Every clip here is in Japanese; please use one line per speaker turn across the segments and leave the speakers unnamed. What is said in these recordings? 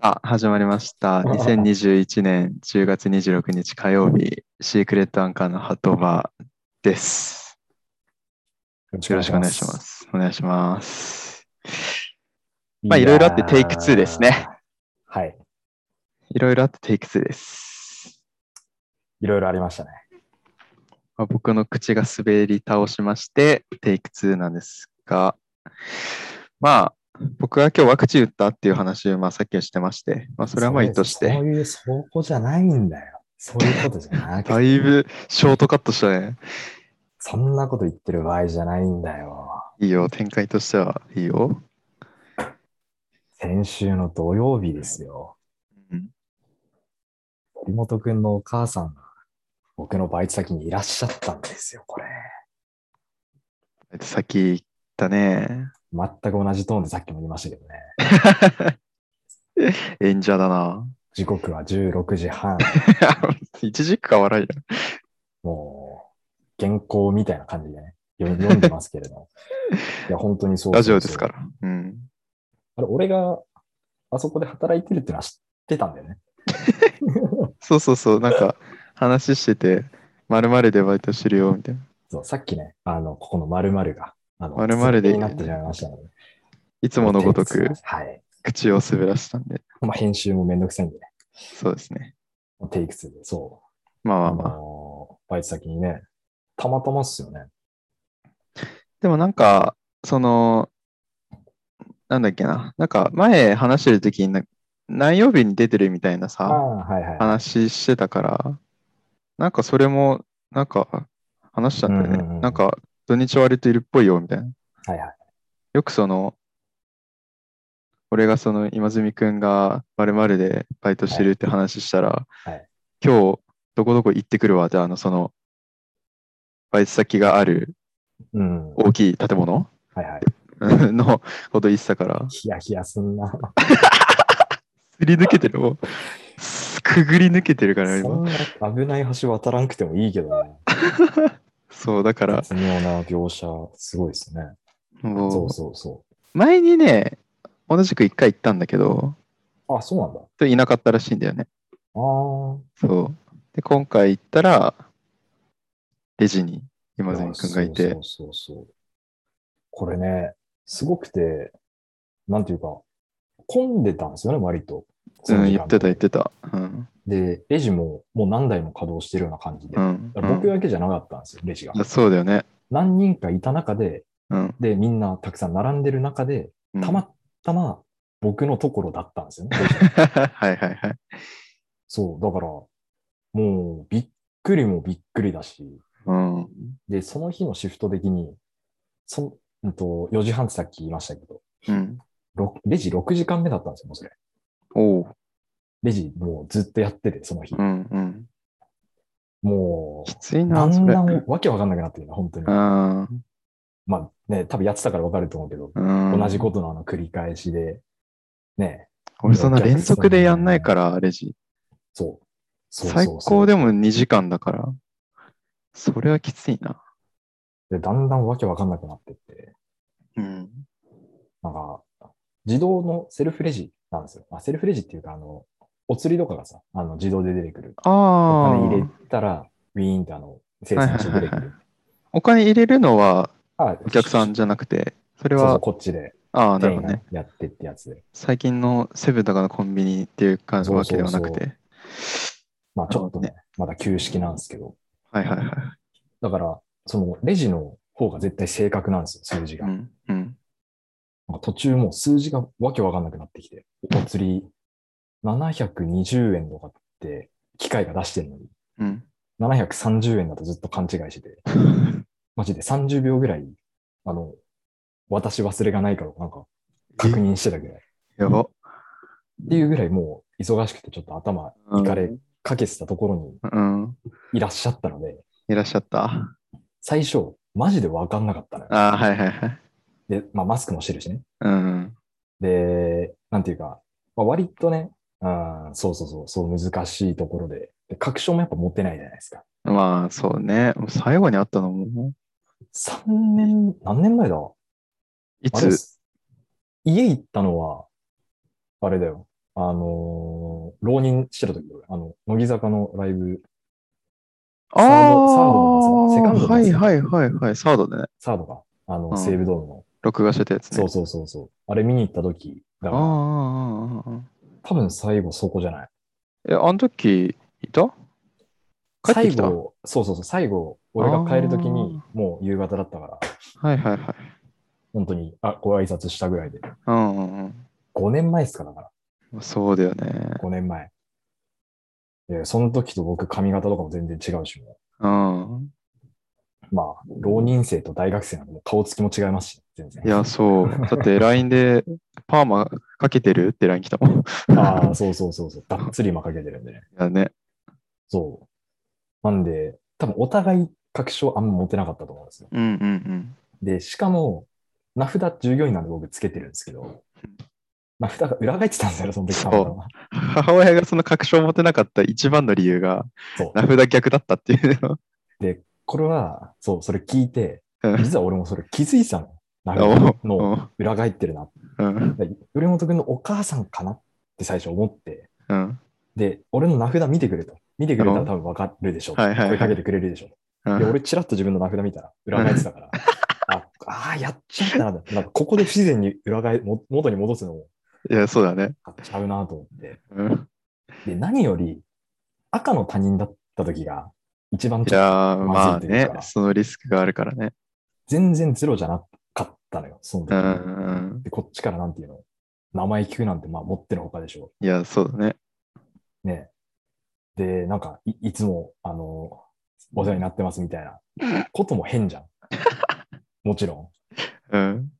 あ、始まりました。2021年10月26日火曜日、シークレットアンカーの鳩場です。
よろ
よろしくお願いしま。す。お願いします。まあいろいろあってテイク2ですね。
はい。
いろいろあってテイク2です。
いろいろありましたね。
まあ、僕の口が滑り倒しまして、テイク2なんですが、まあ、僕は今日ワクチン打ったっていう話を、まあ、さっきはしてまして、まあ、それはまあいいとし
そ
て、
ういう、そこじゃないんだよ。そういうことじゃなく て。
だいぶショートカットしたね。
そんなこと言ってる場合じゃないんだよ。
いいよ、展開としてはいいよ。
先週の土曜日ですよ。
うん
森本くんのお母さんが僕のバイト先にいらっしゃったんですよ、これ。
えっとさっき言ったね。
全く同じトーンでさっきも言いましたけどね。
演者だな。
時刻は16時半。
一軸か笑いだ。
もう、原稿みたいな感じでね、読み読んでますけれ ども。いや、本当にそうそうそう
ラジオですから。うん。
あれ、俺があそこで働いてるってのは知ってたんだよね。
そうそうそう。なんか話してて、まるでバイトしてるよ、みたいな。
そう、さっきね、あの、ここの〇〇が、あの、
〇〇で
気になってしまいましたので。い
いつものごとく
はい。
口を滑らしたんで。
まあ、編集もめんどくさいんでね。
そうですね。
テイク2で、そ
まあ
う。
ま
あ
あまあ。
のーバイト先にね、たまたまっすよね。
でもなんか、その、なんだっけな。なんか前話してる時にな、何曜日に出てるみたいな
あ
さ。
あ、はいはい。
話してたから、なんかそれも、なんか話したんだよね。
うんうんうん
なんか土日は割といるっぽいよみたいな。
はいはい。
よくその、俺がその今住くんが〇〇でバイトしてるって話したら、
はい
今日どこどこ行ってくるわって、あのその、バイト先がある
うん。は
大きい建物
いはい。
のこと言ってたから、
ヒヤヒヤすんな。
すり抜けてる、もう、くぐり抜けてるから、
そん
今。
な危ない橋渡らんくてもいいけどね。
そう、だから、
絶妙な描写、すごいですね。
も
そうそうそ
前にね、同じく一回行ったんだけど、
う。あ、そうなんだ。
人いなかったらしいんだよね。
ああ。
そう。で、今回行ったら、レジに今泉くんがいて、
やそうそうそうそう。これね、すごくて、なんていうか、混んでたんですよね、割と。その
うん、
時
言
間
ってた言ってた。うん。
で、レジももう何台も稼働してるような感じで。
うん。
だから僕
うん
だけじゃなかったんですよ、レジが
い。やそうだよね。
何人かいた中で、
うん。
で、みんなたくさん並んでる中で、
うん
たまたま僕のところだったんですよね。レジ
はいはいはい。
そう、だから、もうびっくりもびっくりだし、
うん。
で、その日のシフト的に、その、うんと、4時半ってさっき言いましたけど、
うん。
ろレジ6時間目だったんですよ、もうそれ。
おう。
レジもうずっとやってて、その日。
うんうん。
も、
きついうな、
だ
そ
ん
れ。
だ
うん
わけわかんなくなってるな、本当に。
ん。
まあね、多分やってたからわかると思うけど、
うん。
同じことのあの繰り返しで、ね、
俺そんな連続でやんないから、レジ。
そう。そうそう
最
そう
高でも2時間だから。それはきついな。
でだんだんわけわかんなくなってって、
うん。
なんか、自動のセルフレジなんですよ。あセルフレジっていうか、あの、お釣りとかがさ、あの、自動で出てくる。
あ
お
あ。
金入れたら、ウィーンってあの、生産して出てく
はいはいはい
る。
お金入れるのは
あ
お客さんじゃなくて、それ
そうそう
は、
こっちで、
ああ、な
店
る
員
ほど
が
ね。
やってってやつで。
最近のセブンとかのコンビニっていう感じ
そう
わ
そ
け
う
で
そう
はなくて。
まあちょっと
な
ね、まだ旧式なんですけど。
はいはいはい。
だから、そのレジの方が絶対正確なんですよ、数字
う
が。
ん。うん。
なんか途中もう数字がわけわかんなくなってきて、お釣り720円とかって機械が出してるのに、
うん。
730円だとずっと勘違いしてて、マジで30秒ぐらい、あの、私忘れがないからなんか確認してたぐらい。っ
やば。
ていうぐらいもう忙しくてちょっと頭いかれかけてたところ
うん。
にいらっしゃったので、
いらっしゃった。あ
最初、マジでわかんなかったのよ。
あ、はいはいはい。
で、まあ、マスクもしてるしね。
うん。
で、なんていうか、まあ、割とね、あーそうそうそう、そう難しいところでで、確証もやっぱ持ってないじゃないですか。
まあ、そうね。もう最後に会ったのも、
3年、何年前だ
い
あれ
つ
家行ったのは、あれだよ。あのー浪人してた時、あの、乃木坂のライブ、
ああ
サードサードの夏だセカンドの夏だ
はいはいはいはい、サードでね、
サードか、あ
う
の、
ん
西武ドームの、
録画してたやつね。
そうそうそうそう、あれ見に行った時
あ
だ
あ
から、
ああああああ
多分最後そこじゃない。
え、あの時、いた帰って
最
きた
後、そうそうそう、最後、俺が帰る時に、もう夕方だったから、
はいはいはい。
本当に、あ、ご挨拶したぐらいで、
うんうん
5年前っすか、だから。
うん。そうだよね。
5年前。いやその時と僕髪型とかも全然違うし、も
うん。
うまあ、浪人生と大学生なんでもう顔つきも違いますし、全然。
い や、そう。だって LINE で、パーマかけてるって LINE 来たもん。い
ああ、そうそうそうそう。がっつり今かけてるんでね。
やね。
そう。なんで、多分お互い確証あんま持てなかったと思うんですよ。
うんうんうん。
で、しかも、名札従業員なんで僕つけてるんですけど、名札が裏返ってたんですよね、その時
そう
たまたま
母親がその確証を持てなかった一番の理由が、
そう
名札逆だったっていうの。
で、これは、そう、それ聞いて、
うん
実は俺もそれ気づいてたの。名
お
札の
お
裏返ってるなって
うん
で頼本君のお母さんかなって最初思って、
うん
で、俺の名札見てくれと。見てくれたら多分わかるでしょ。
はいはいはい
声かけてくれるでしょ。
うん
で、俺、ちらっと自分の名札見たら、裏返ってたから、ああー、やっちゃったな。なんかここで不自然に裏返も元に戻すのも、
いや、そうだね。
あちゃうなと思って。
うん
で、何より、赤の他人だった時が、一番
いやー、まあ
まずいという
ね、
か
そのリスクがあるからね。
全然ゼロじゃなかったのよ、その時。
うんうん。
で、こっちからなんていうの、名前聞くなんて、まあ、持ってのほかでしょう。
いや、そうだね。
ね。で、なんかい、いつも、あの、お世話になってますみたいなことも変じ ゃん。もちろん、
うん。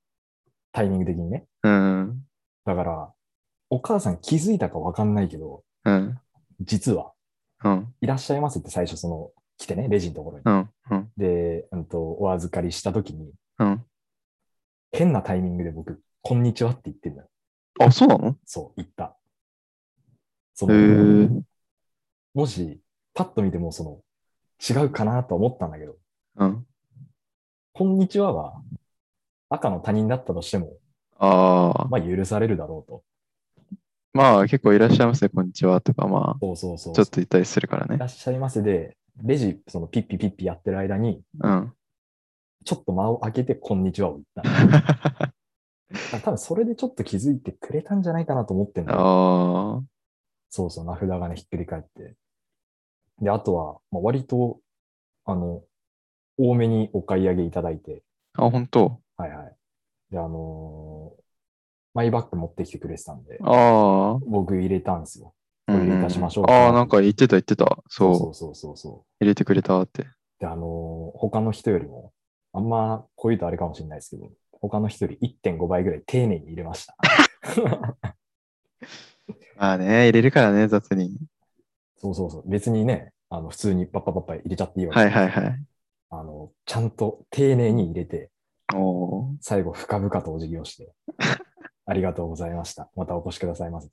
タイミング的にね。
うん。
だから、お母さん気づいたかわかんないけど、
うん。
実は、
うん。
いらっしゃいますって最初、その、来てね、レジのところに。
うん。うん。
で、うんと、お預かりしたときに、
うん。
変なタイミングで僕、こんにちはって言ってるのよ。
あ、そうなの
そう、言った。そ
へえ
の、もし、パッと見ても、その、違うかなとは思ったんだけど、
うん。
こんにちはは、赤の他人だったとしても、
ああ。
まあ許されるだろうと。
まあ、結構いらっしゃいますね、こんにちはとか、ま
そうそうそう。
あ、ちょっといたりするから
い
ね
ら。っしゃいませで、レジ、そのピッピピッピやってる間に、
うん。
ちょっと間を空けて、こんにちはを言ったあ。多分それでちょっと気づいてくれたんじゃないかなと思ってんだよ。
ああ。
そうそう、名札がね、ひっくり返って。で、あとは、まあ、割と、あの、多めにお買い上げいただいて、
あ、本当。
はいはい。で、あのーマイバッグ持ってきてくれてたんで、
あ
僕入れたんですよ。
あ。
お入れいたしましょう
ああ、なんか言ってた言ってた。そう。
そうそうそうそう。
入れてくれたって。
で、あのー他の人よりも、あんまこう言うとあれかもしれないですけど、他の人より1.5倍ぐらい丁寧に入れました。
まあね、入れるからね、雑に。
そうそうそう。別にね、あの普通にパッパパッパ入れちゃっていいわけ
はいはい
い。
はい。
あの、ちゃんと丁寧に入れて、
おお
最後深々とお辞儀をして、 ありがとうございました。またお越しくださいませ。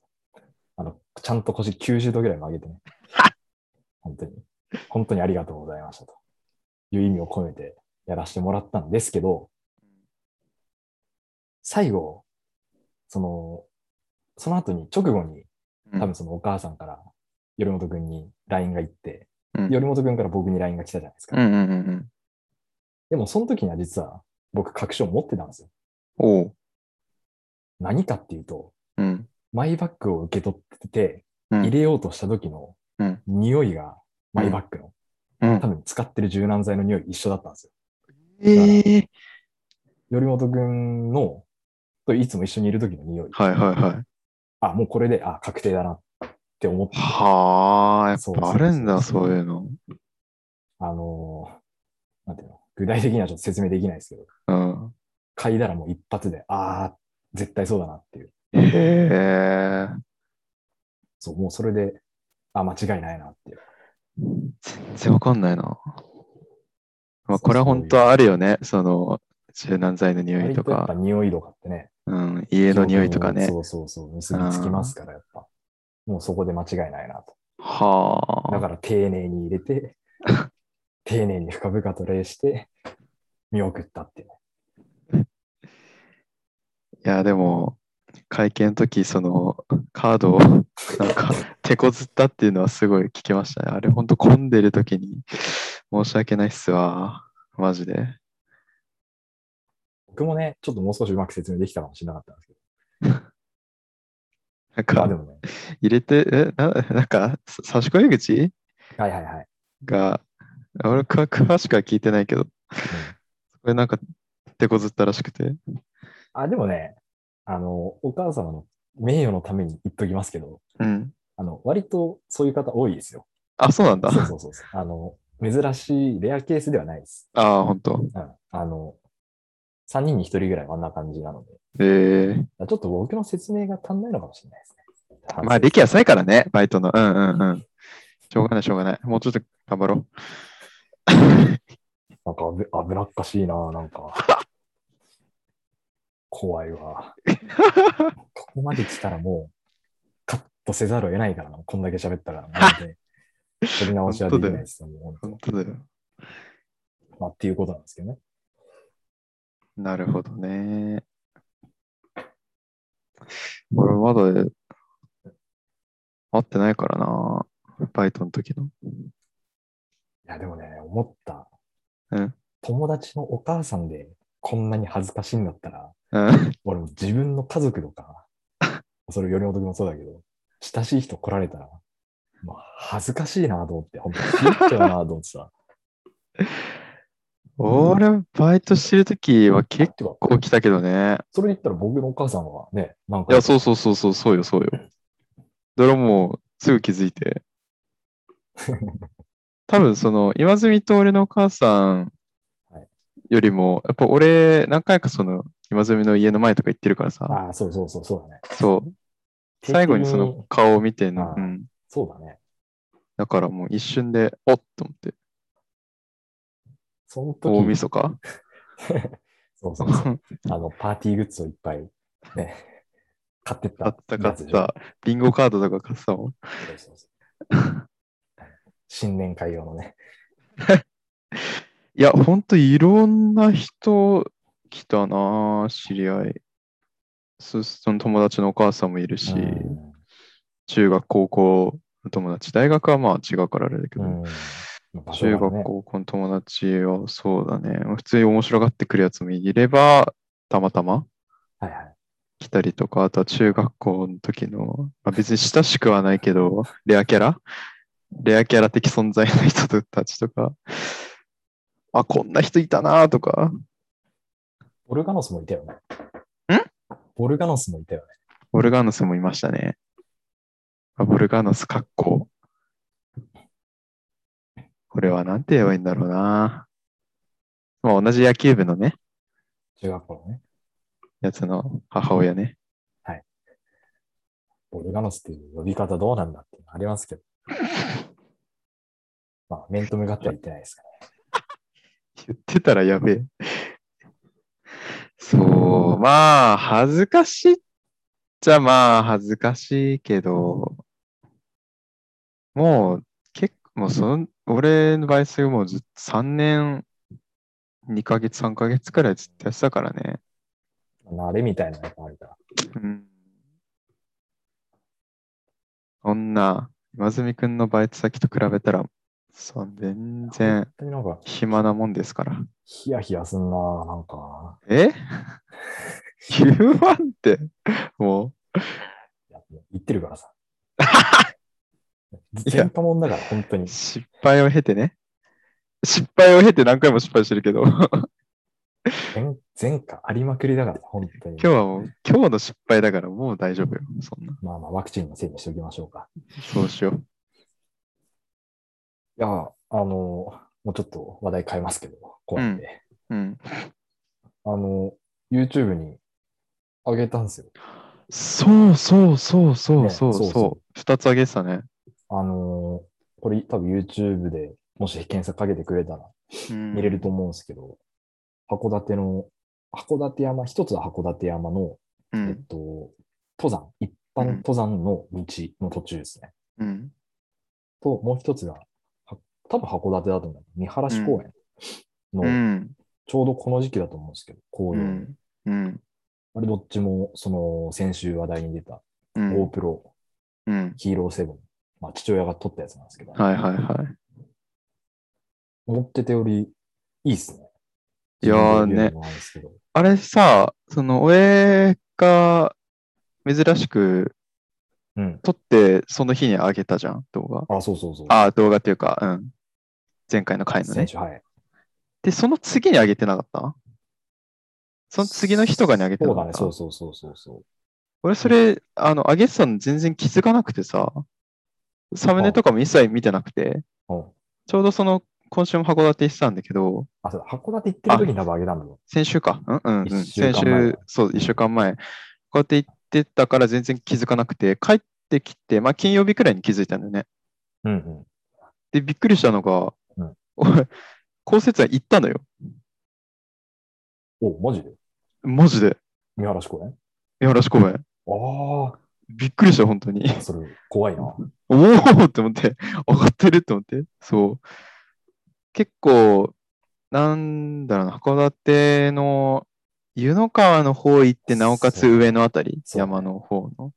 あの、ちゃんと腰90度ぐらい曲げてね。 本当に、本当にありがとうございましたという意味を込めてやらせてもらったんですけど、最後、その、その後に直後
ー。
に、多分そのお母さんから、頼本くんに LINE が行って、
うん
頼本くんから僕に LINE が来たじゃないですか。
うんうんうんうん。
でもその時には実は僕確証持ってたんですよ。
おお。
何かっていうと、
うん。
マイバッグを受け取ってて、
うん
入れようとした時の
うん
匂いが、マイバッグの、
うん
多、分使ってる柔軟剤の匂い一緒だったんですよ。
ええ
頼本くんの、といつも一緒にいる時の匂い。
はいはいはい。
あ、もうこれで、あ、確定だなって思って、
はあ、やっ
そうそう
ぱ
そう
あるんだ、そういうの。
あのーなんていうの、具体的にはちょっと説明できないですけど、
うん。
嗅いだらもう一発で、ああ、絶対そうだなっていう。
へえ。
そう、もうそれで、あ、間違いないなっていう。
全然わかんないな。ま
そ
あ、
う
これは本当はあるよね。その、柔軟剤の匂い
割
と
とやっぱ
か、
匂いとかってね、
うん、家の匂いとかね。
そうそうそう、結びつきますから、やっぱ。もうそこで間違いないなと。
は
だ
あ。
から丁寧に入れ て、丁寧に深々と礼して、見送ったっていうね。
いや、でも、会見の時、そのカード をなんか手こずったっていうのはすごい聞きましたね。あれ、ほんと混んでる時に申し訳ないっすわ。マジで。
僕もね、ちょっともう少しうまく説明できたかもしれなかったんですけ
なん
ど。まあで
か
もね、
入れて、え、ななんかさ差し込み口
はいはいはい。
が、俺くわ詳しくは聞いてないけど、これなんか手こずったらしくて。
あ、でもね、あの、お母様の名誉のために言っときますけど、
うん。
あの、割とそういう方多いですよ。
あ、そうなんだ。
そうそうそうそう。あの、珍しいレアケースではないです。
ああ、ほんと。
うん。あの、3人に1人ぐらいはあんな感じなので、
ええ
ちょっと僕の説明が足んないのかもしれないですね。
まあ、歴浅いからね、バイトの。うんうんうん。しょうがない、しょうがない。もうちょっと頑張ろ
なんか危危なっかしいな、なんか。 怖い わ。ここまで来たらもう、カットせざるを得ないからな、こんだけ喋った ら。なんで、取り直しはできないですよ、も
う。本当だよ。
う。まあ、っていうことなんですけどね。
なるほどね。俺まだ会ってないからな。バイトの時の。
いや、でもね、思った。
うん
友達のお母さんで、こんなに恥ずかしいんだったら、
うん。
俺も自分の家族と か、それ、よりもともそうだけど、親しい人来られたら、まあ、恥ずかしいなと思って、本当に聞いちゃうなと思ってさ。
俺、バイトしてる時は 結
構
構来たけどね。
それで言ったら僕のお母さんはね、なん
い
か、
や、そうそうそうそう、そうよ、そうよ。それはもう、すぐ気づい て。多分、その、今住と俺のお母さん
はい
よりも、やっぱ俺、何回かその、今住の家の前とか行ってるからさ、
ああ、そうそうそう、そうだね。
そう、最後にそ
定期的
の顔を見てんの
あ。
う
ー
ん。
そうだね。
だからもう一瞬で、おっと思って、
その時
大晦日
そうそ うそう。あの、パーティーグッズをいっぱい、ね、 買ってっ
買
た
った買
や
っ
つでしょ。
た。ビンゴカードとか買ってたもん。
そうそうそう新年会用のね。
いや、ほんといろんな人来たなあ知り合い。そその友達のお母さんもいるし、
うん
中学、高校の友達、大学はまあ違うからあれだけど、
うんまあ場所
中
が
学、
ね
高校の友達はそうだね、普通に面白がってくるやつもいれば、たまたま
はいはい。
来たりとか、あとは中学校の時の、まあ、別に親しくはないけ ど、レアキャラレアキャラ的存在の人たちとか、あ、こんな人いたなあとか、
ボルガノスもいたよね。
ん
ボルガノスもいたよね。
ボルガーノスもいましたね。あボルガーノス格好。これはなんて言えばいいんだろうな。まあ、同じ野球部のね、
中学校のね。
やつの母親ね。
ボルガノスっていう呼び方どうなんだっていうのありま すけど。まあ、面と向かっては言ってないですから。
言ってたらやべえ。そう、まあ、恥ずかしいっちゃまあ、恥ずかしいけど、もう、結構、もうその、俺の場合、それもうずっと3年、2ヶ月、3ヶ月くらいずっとやってたからね。
慣れみたいなのがあるから。
うん。そんな、今住くんのバイト先と比べたら、そう全然
本当になんか、
暇なもんですから。
ヒヤヒヤすんな、なんか。
え ?9 万って、も
いやもう言ってるか らさ。
いや
全科もんだから、本当に
う、。失敗を経てね。失敗を経て何回も失敗してるけど、今
全全科ありまくりだから、本当に。
日はもう、今日の失敗だからもう大丈夫よ。そんな。
まあまあ、ワクチンのせいにしておきましょうか。
そうしよう。
いや、あの、もうちょっと話題変えますけど、こうやって。
うん。
あの、YouTube に上げたんですよ。
そうそうそうそ
ね
うそう
そうそ
そう。二つあげてたね。
あの、これ多分 YouTube でもし検索かけてくれたら
うん
見れると思うんですけど、函館の、函館山、一つは函館山の、
う
えっ
ん。
と、登山、一般登山の道の途中ですね。
うん。
と、もう一つが、は多分函館だと思うんだけど、三原市公園
う
の、
ん。
ちょうどこの時期だと思うんですけど、紅
う
葉、
ん。うん。
あれどっちも、その、先週話題に出た、
う
GoPro
ん。、うん。
ヒーローセブン。まあ、父親が撮ったやつなんですけど、
はいはいは
思ってたよりいいっすね。
い。いやー
自分で言
ね
う。のもなんですけど
あれさ、その、俺が珍しく
うん。
撮って、その日にあげたじゃん、動画。
あ、そうそうそう。
ああ、動画っていうか、うん。前回の回のね
先。週、はい。
で、その次にあげてなかったその次の日とかにあげて
そ
な
う
か
だ
っ
ね、
た
そうそうそうそうそう。
俺、それ、あの、あげてたの全然気づかなくてさ、サムネとかも一切見てなくて、
うん、
ちょうどその、今週も函館行ってたんだけど、
あ、そうだ函館行ってる時に多分あげたんだぞ。
先週か。うんうん、うん。
一週間
先
前
週、そう、一週間前。こうやって行ってたから全然気づかなくて、帰ってきて、まあ、金曜日くらいに気づいたんだよね。
うんうん。
で、びっくりしたのが、
うん
俺、高雪は行ったのよ。
お、マジで
マジで。
見晴らし公園
よろしくごめん。
あ
びっくりした、本当に。
あ、それ怖いな。
おおって思って、上がってるって思って、そう。結構、なんだろうな、函館の湯の川の方行って、なおかつ
そう
上のあたり、
そう
山の方の。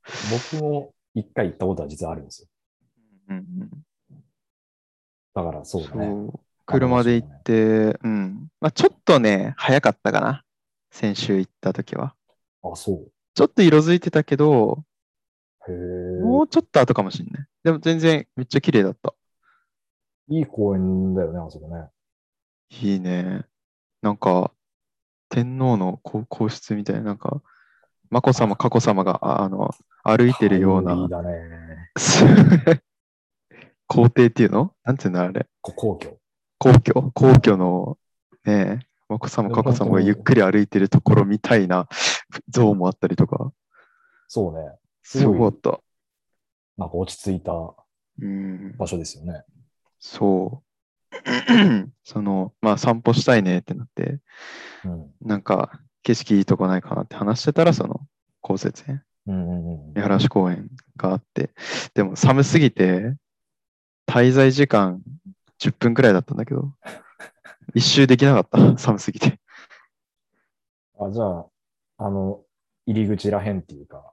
僕も一回行ったことは実はあるんですよ。
うんうん
だからそうだね。
そう車で行って、うん。まあ、ちょっとね、早かったかな。先週行った時は。
あ、そ
ちょっと色づいてたけど、
う。へ
も
え。
うちょっと後かもしんない。でも全然めっちゃ綺麗だった。
いい公園だよね、あそこね。
いいね。なんか、天皇の皇皇室みたいな、なんか、眞子さま、佳子さまが、ああの、歩いてるよう
い
な、
だね。
す皇帝っていうのなんていうのあれ。
こ皇居。
皇居皇居の、ねえ、眞子さま、佳子さまがゆっくり歩いてるところみたいな像もあったりとか、
そうね。
すごかった。
なんか落ち着いた
うん、
場所ですよね。
そう。 その、まあ散歩したいねってなって、
うん。
なんか景色いいとこないかなって話してたら、その、降雪園。
うんうんうん。
見晴らし公園があって、でも寒すぎて、滞在時間10分くらいだったんだけど、一周できなかった、寒すぎて。
あ、じゃあ、あの、入り口らへんっていうか、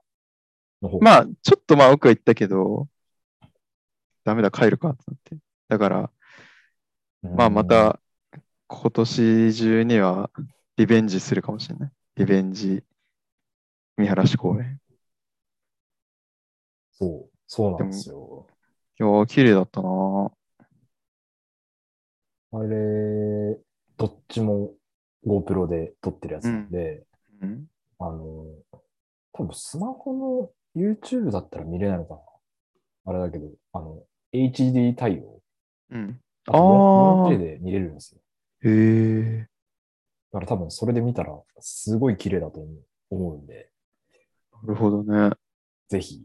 の方
まあ、ちょっとまあ奥は行ったけど、ダメだ、帰るかってなって。だから、
うん
まあま、た、今年中にはリベンジするかもしれない。リベンジ、見晴らし公園。
そう、そうなんですよ。
いやー、綺麗だったなー
あれ、どっちも GoPro で撮ってるやつなんで、
うん。
あの、多分スマホの YouTube だったら見れないのかな。あれだけど、あの、HD 対応。
うん。
あと
あー
4K で見れるんですよ。
へえ。
だから多分それで見たら、すごい綺麗だと思う思うんで、
なるほどね。
ぜひ、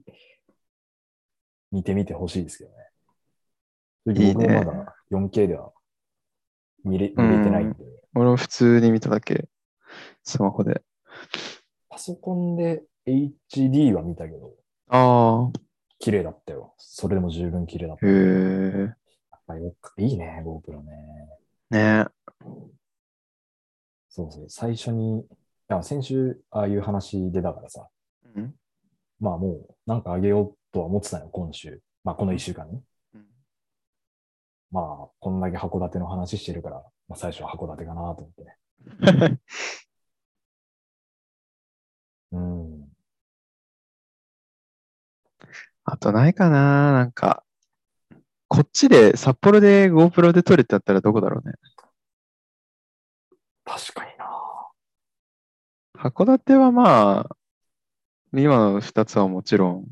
見てみてほしいですけどね。
いいね
僕もまだ 4K では見れ見れてないんで、
俺は普通に見ただけ、スマホで。
パソコンで HD は見たけど、
あ
綺麗だったよ。それでも十分綺麗だっ
あ、
た。
へ
やっ
え。
ぱよくいいね、GoPro
ね
ね。そうそう、最初に、あ先週、ああいう話でだからさ、
うん。
まあもう、なんかあげようとは思ってたよ、今週。まあこの一週間ね。まあ、こんだけ函館の話してるから、まあ最初は函館かなと思ってね。うん。
あとないかななんか、こっちで、札幌で GoPro で撮れてあったらどこだろうね。
確かにな
函館はまあ、今の2つはもちろん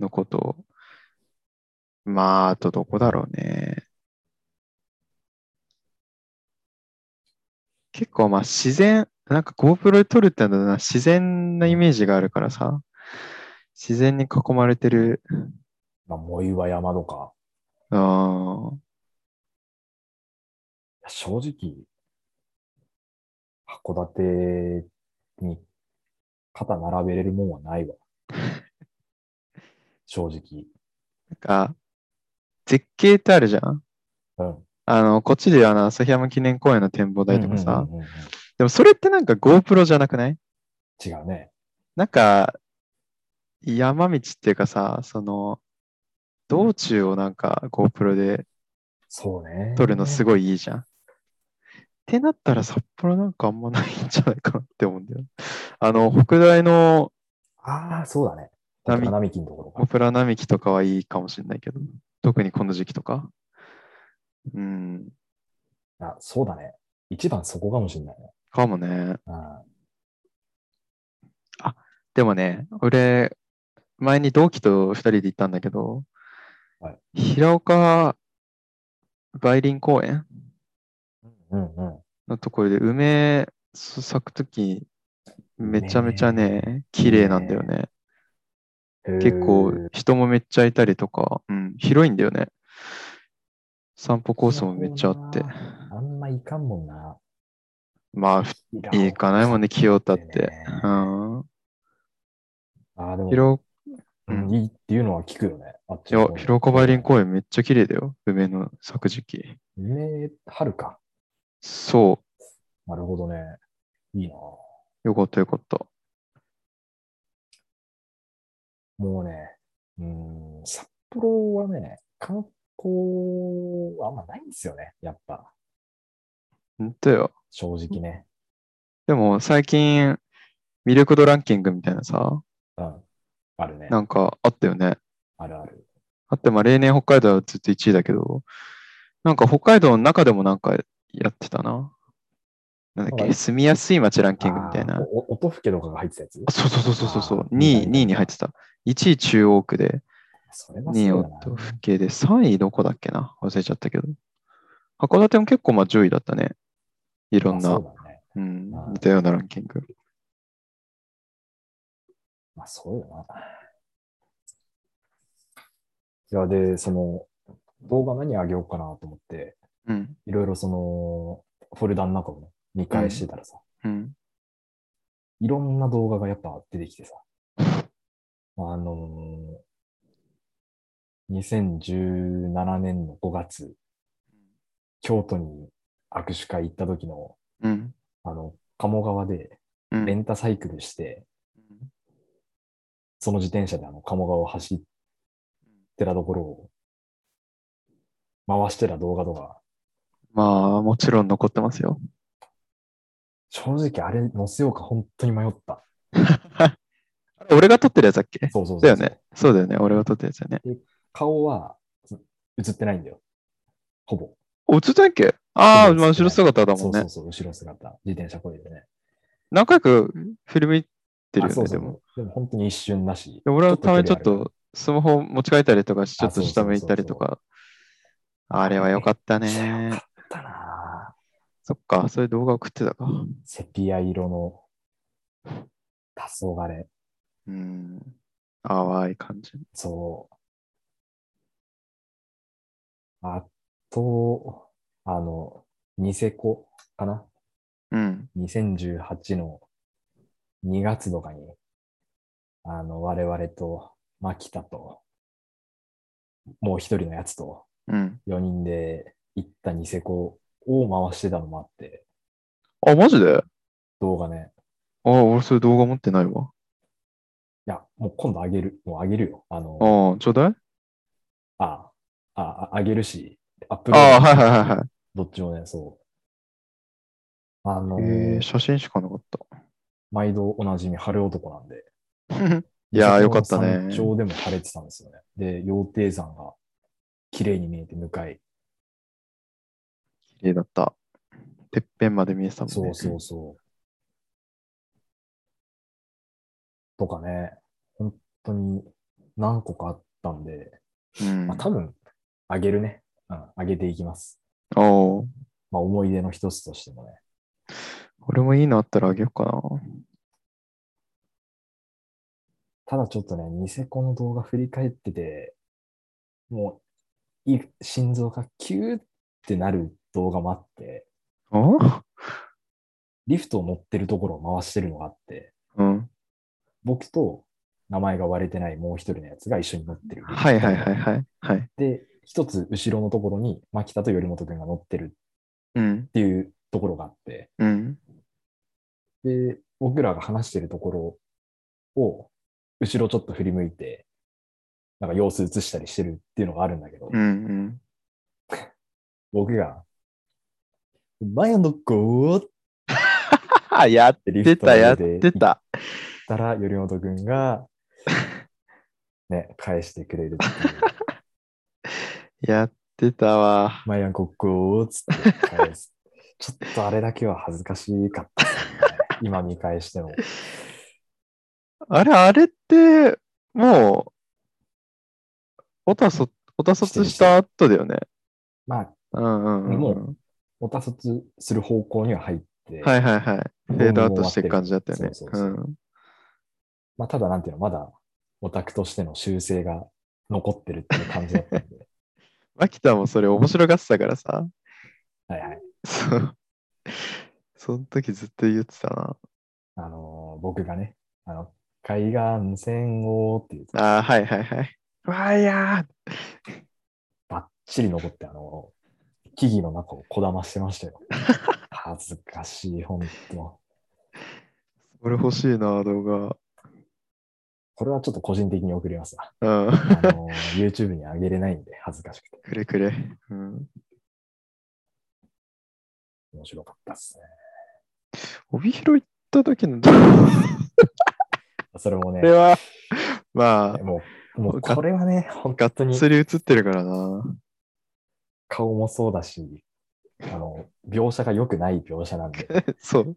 のこと。まあ、あとどこだろうね。結構まあ自然、なんか GoPro で撮るってのは自然なイメージがあるからさ、自然に囲まれてる、
まあ、藻岩山とか。
あー
いや正直、函館に肩並べれるもんはないわ。正直。
なんか、絶景ってあるじゃん
うん。
あの、こっちであの、旭山記念公園の展望台とかさ、
うんうんうんうん
でもそれってなんか GoPro じゃなくない
違うね。
なんか、山道っていうかさ、その、道中をなんか GoPro で
そうね。
撮るのす
ごい。
ごいいいじゃん。ってなったら札幌なんかあんまないんじゃないかなって思うんだよ。あの、北大の
ああ、そうだね。
並木
並木のところ
オ
か。
プラ並木とかはいいかもしれないけど、特にこの時期とか。うん、
あそうだね。一番そこかもしれないね。
かもね。
うん
でもね、俺、前に同期と二人で行ったんだけど、
は
平岡梅林公園
うんうん。
のところで梅咲くとき、めちゃめちゃね、綺麗なんだよね。結構
へー
人もめっちゃいたりとか、うん、広いんだよね。散歩コースもめっちゃあって
な。るあんまいかんもんな。
まあ、ふ行かないもんね、清田って。うん。
ああ、でも、
広
うんいいっていうのは聞くよね。あっ
いや、広岡梅林公園めっちゃ綺麗だよ。梅の咲く時期。
園。ね春か。
そ
なるほどね。いいな。
う。よかったよかった。
もうね、うーん、札幌はね、観光はあんまないんですよね、やっぱ、
本当よ。
正直ね。
でも最近、魅力度ランキングみたいなさ、
うん。あるね。
なんかあったよね。
あるある。
あって、まあ例年北海道はずっと1位だけど、なんか北海道の中でもなんかやってたな。なんだっ
は
け、
い
住みやすい街ランキングみたい
あ
な
ー。おお音更とかが入ってたやつ
あ、そうそうそうそうそう。
あー
2位、2位に入ってた。1位中央区で、
それは
2位
そうだ
音府系で、3位どこだっけな忘れちゃったけど。函館も結構まあ上位だったね。いろん
な。あそ
な
う、だね。
うん
まあ、
似たようなランキング。
まあそうよな。いや、で、その、動画何あげようかなと思って、
うん。
いろいろその、フォルダの中をね、見返してたらさ、
うん。
いろんな動画がやっぱ出てきてさ。あのー2017年の5月、京都に握手会行った時の、
うん。
あの、鴨川で
うん。
レンタサイクルして、その自転車であの、鴨川を走ってたところを、回してた動画とか、
まあ、もちろん残ってますよ。
正直あれ載せようか本当に迷った。
あれ俺が撮ってるやつだっけ
そうそうそう
だ
そ
よ
う。
ね。そうだよね。俺が撮ってるやつだよね。
顔はず映ってないんだよ。ほぼ。
お映ったっけああ、
そうですね
まあ後ろ姿だ
そ
もん
うそ
ね
う。そう、後ろ姿、自転車こいでね。
何回か振り向いてる
あ
よ
そう
ね、
そ
で
う
も。
でも本当に一瞬だし。
で俺はたまにちょっ
距離ある
とスマホ持ち帰ったりとかし、ちょっと
あそうそう
下向いたりとか。あれは良かったね
めっちゃ良か。ったなぁ
そっか、そういう動画送ってたか。
セピア色の黄昏。
うん。淡い感じ。
そう。あと、あの、ニセコかな
うん。
2018の2月とかに、あの、我々と、牧田と、もう一人のやつと、
うん。
4人で行ったニセコを回してたのもあって、
あ、マジで
動画ね。
ああ、俺それ動画持ってないわ。
いや、もう今度あげる、もうあげるよ。あの、
ああ、ちょうだい
ああ、ああげるし、アップロ
ああ、
ード、
はいはいはいはい。
どっちもね、そう。あの、
えー、写真しかなかった。
毎度おなじみ春男なんで。
いやー、
ニセ
よ
コ
かっ
の
たね
山。頂でも晴れてたんですよね。で、羊蹄山が綺麗に見えて向かい。
綺麗だった。てっぺんまで見えてたもんね。
そうそうそう。とかね、本当に何個かあったんで、
うん
まあ、多分、あげるね。うん、あげていきます。
おう
まあ、思い出の一つとしてもね。
俺もいいのあったらあげようかな。
ただちょっとね、ニセコの動画振り返ってて、もう、い心臓がキューってなる動画もあって、
あ
リフトを乗ってるところを回してるのがあって、
うん。
僕と名前が割れてないもう一人のやつが一緒に乗ってる。
はいはいはいはい。はい。
で、一つ後ろのところに、牧田と頼元くんが乗ってる
うん
っ。ていうところがあって、
うん。
で、僕らが話してるところを、後ろちょっと振り向いて、なんか様子映したりしてるっていうのがあるんだけど、
うんうん。
僕が、前の子っ
やって
リ
て
フト
た、や
上
っ
げ
てた。
たら、頼元くんが、ね、返してくれるっていう。
やってたわ。
マヤン国王つって返す。ちょっとあれだけは恥ずかしかったですね、今見返して も。
あれ、あれって、もう、おたそ、おたそつした後だよね。
まあ、
うんうんうん。
もうおたそつする方向には入って、
はいはいはい。フェードアウトしてる感じだったよね。
そうそうそうまあ、ただなんていうの、まだオタクとしての修正が残ってるっていう感じだ ったんで。
秋田もそれ面白がってたからさ。
はいはい。
そう。その時ずっと言ってたな。
あのー僕がね、あの、海岸線をっていう、
ああ、はいはいはい。わあいや
ばっちり残って、あのー木々の中をこだましてまし たよ。恥ずかしい、本当。
ー、俺欲しいな、動画。
これはちょっと個人的に送りますわ。
うん。
あの、YouTube に上げれないんで、恥ずかしくて。
くれくれ。うん。
面白かったですね。
帯広行った時の動画
それもね
これ、は、まあ、
もう、もうこれはね、本
がっ
当に
つり映ってるからな。
顔もそうだし、あの、描写が良くない描写なん で、
そう。
本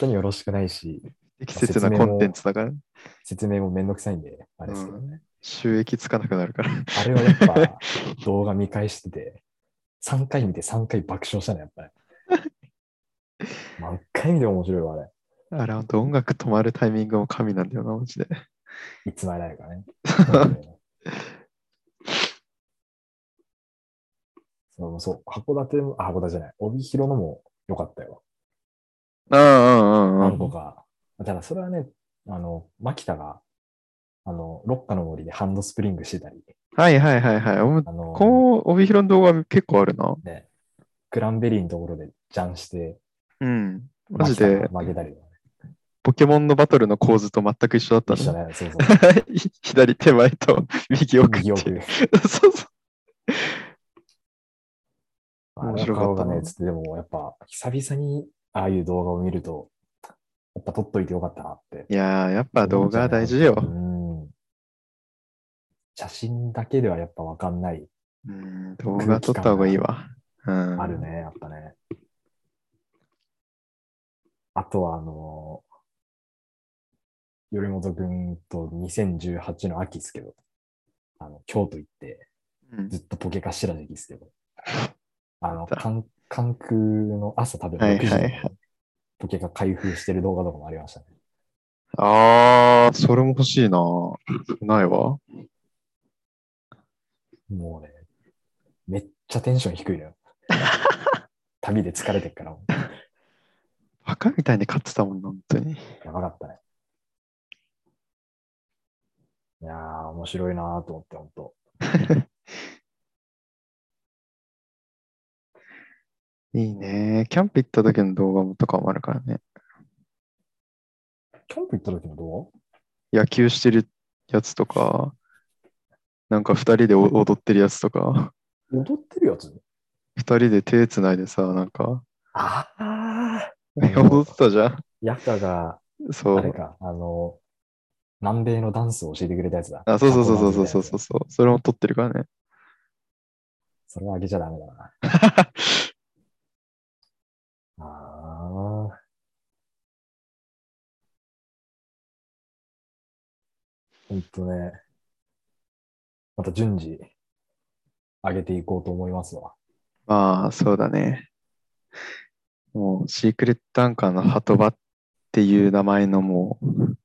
当によろしくないし、
不適切なコンテンツだから。
説明もめんどくさいんで、あれですけどね。
収益つかなくなるから。
あれはやっぱ、動画見返してて、3回見て3回爆笑したね、やっぱり。 何回見ても面白いわ、あ
あれ、ほんと音楽止まるタイミングも神なんだよな、マジで。
れ。いつまでだか ね。そうそう、函館も、あ、函館じゃない、帯広のも良かったよ。
うんうんうん
何個か。ただ、それはね、あの、牧田が、あの、ロッカの森でハンドスプリングしてたり、
はいはいはいはい。おも
あの、
この帯広の動画結構あるな。
ね、クランベリーのところでジャンして、
うん。マジで
牧田が負けたりとかね、
ポケモンのバトルの構図と全く一緒だった
一緒
ね。
だね、そうそう。
左手前と右奥ってい
右
う。
奥。
そうそう。
あ
面
の
白かったな
顔がね、つってでも、やっぱ、久々にああいう動画を見ると、やっぱ撮っといてよかったなって。
いやー、やっぱ動画は大事よ
う。ん。写真だけではやっぱわかんない。
うん、動画撮った方がいいわ。うん。
ある。ね、やっぱね。あとは、あの頼元くんと2018の秋ですけど、あの、京都行って、
うん、
ずっとポケカしてた時期ですけど、あの、
た
関関空の朝食べる
はい
6時
はい
の
はい
ポケカ開封してる動画とかもありましたね。
あー、それも欲しいな。ないわ。
もうね、めっちゃテンション低いのよ。旅で疲れてっから、
バカみたいに買ってたもんな、本当に。
やばかったね。いやー、面白いなーと思って、ほんと。
いいね。キャンプ行った時の動画もとかもあるからね。
キャンプ行った時の動
野球してるやつとか、なんか二人でお踊ってるやつとか、
画踊ってるやつ
二人で手つないでさ、なんか、
ああ
踊ってたじゃん。
ヤカが、
そ
あれ
う。
か、あの、南米のダンスを教えてくれたやつだ。。
あ、そうそうそうそうそうそううそう。それも撮ってるからね。
それはあげちゃダメ だな。ああ。ほんとね。また順次、上げていこうと思いますわ。
まあ、そうだね。もう、シークレットアンカーの鳩場っていう名前のもう、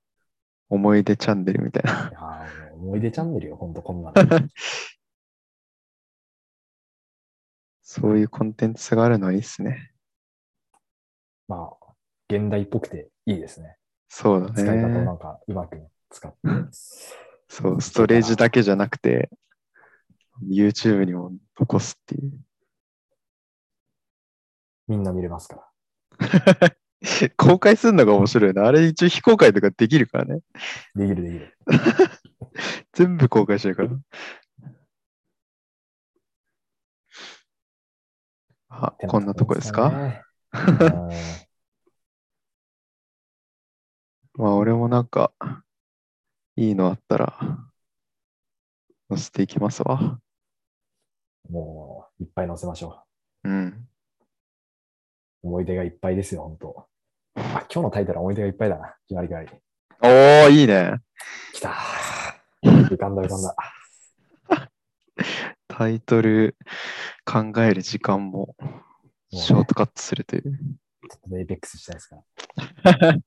思い出チャンネルみたいな。
いやーもう思い出チャンネルよ、ほんとこんなの。
そういうコンテンツがあるのはいいっすね。
まあ、現代っぽくていいですね。
そう
使
だ
い方をな
ね。
んかうまく使って。
そう、ストレージだけじゃなくて、YouTube にも残すっていう。
みんな見れますから。
公開するのが面白いな。あれ一応非公開とかできるからね。
できるできる。
全部公開してるから。あ、こんなとこですか
ね うん
まあ俺もなんか、いいのあったら、載せていきますわ。
もう、いっぱい載せましょ
うん。
う。思い出がいっぱいですよ、本当あ、今日のタイトルは思い出がいっぱいだな。決まりがい。
おー、いいね。
来たー。浮かんだ浮かんだ。
タイトル考える時間もショートカットすると いう。
エイペックスしたいですから。
い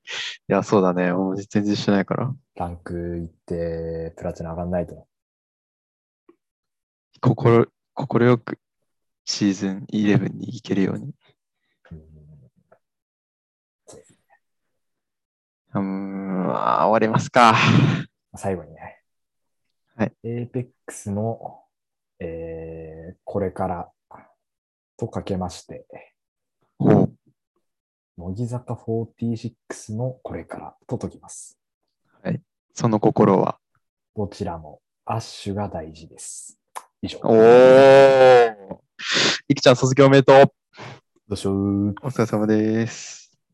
や、そうだね。もう全然してないから。
ランク行って、プラチナ上がんないと。
心、心よくシーズン11に行けるように。
うん
うーん、あー終わりますか。
最後にね。
はい。
エイペックスの、えー、これからとかけまして、
ほう。
乃木坂46のこれからと解きます。
その心は。
どちらもアッシュが大事です。以上。
おー。いきちゃん卒業おめでとう。
どうしよう。
お疲れ様です。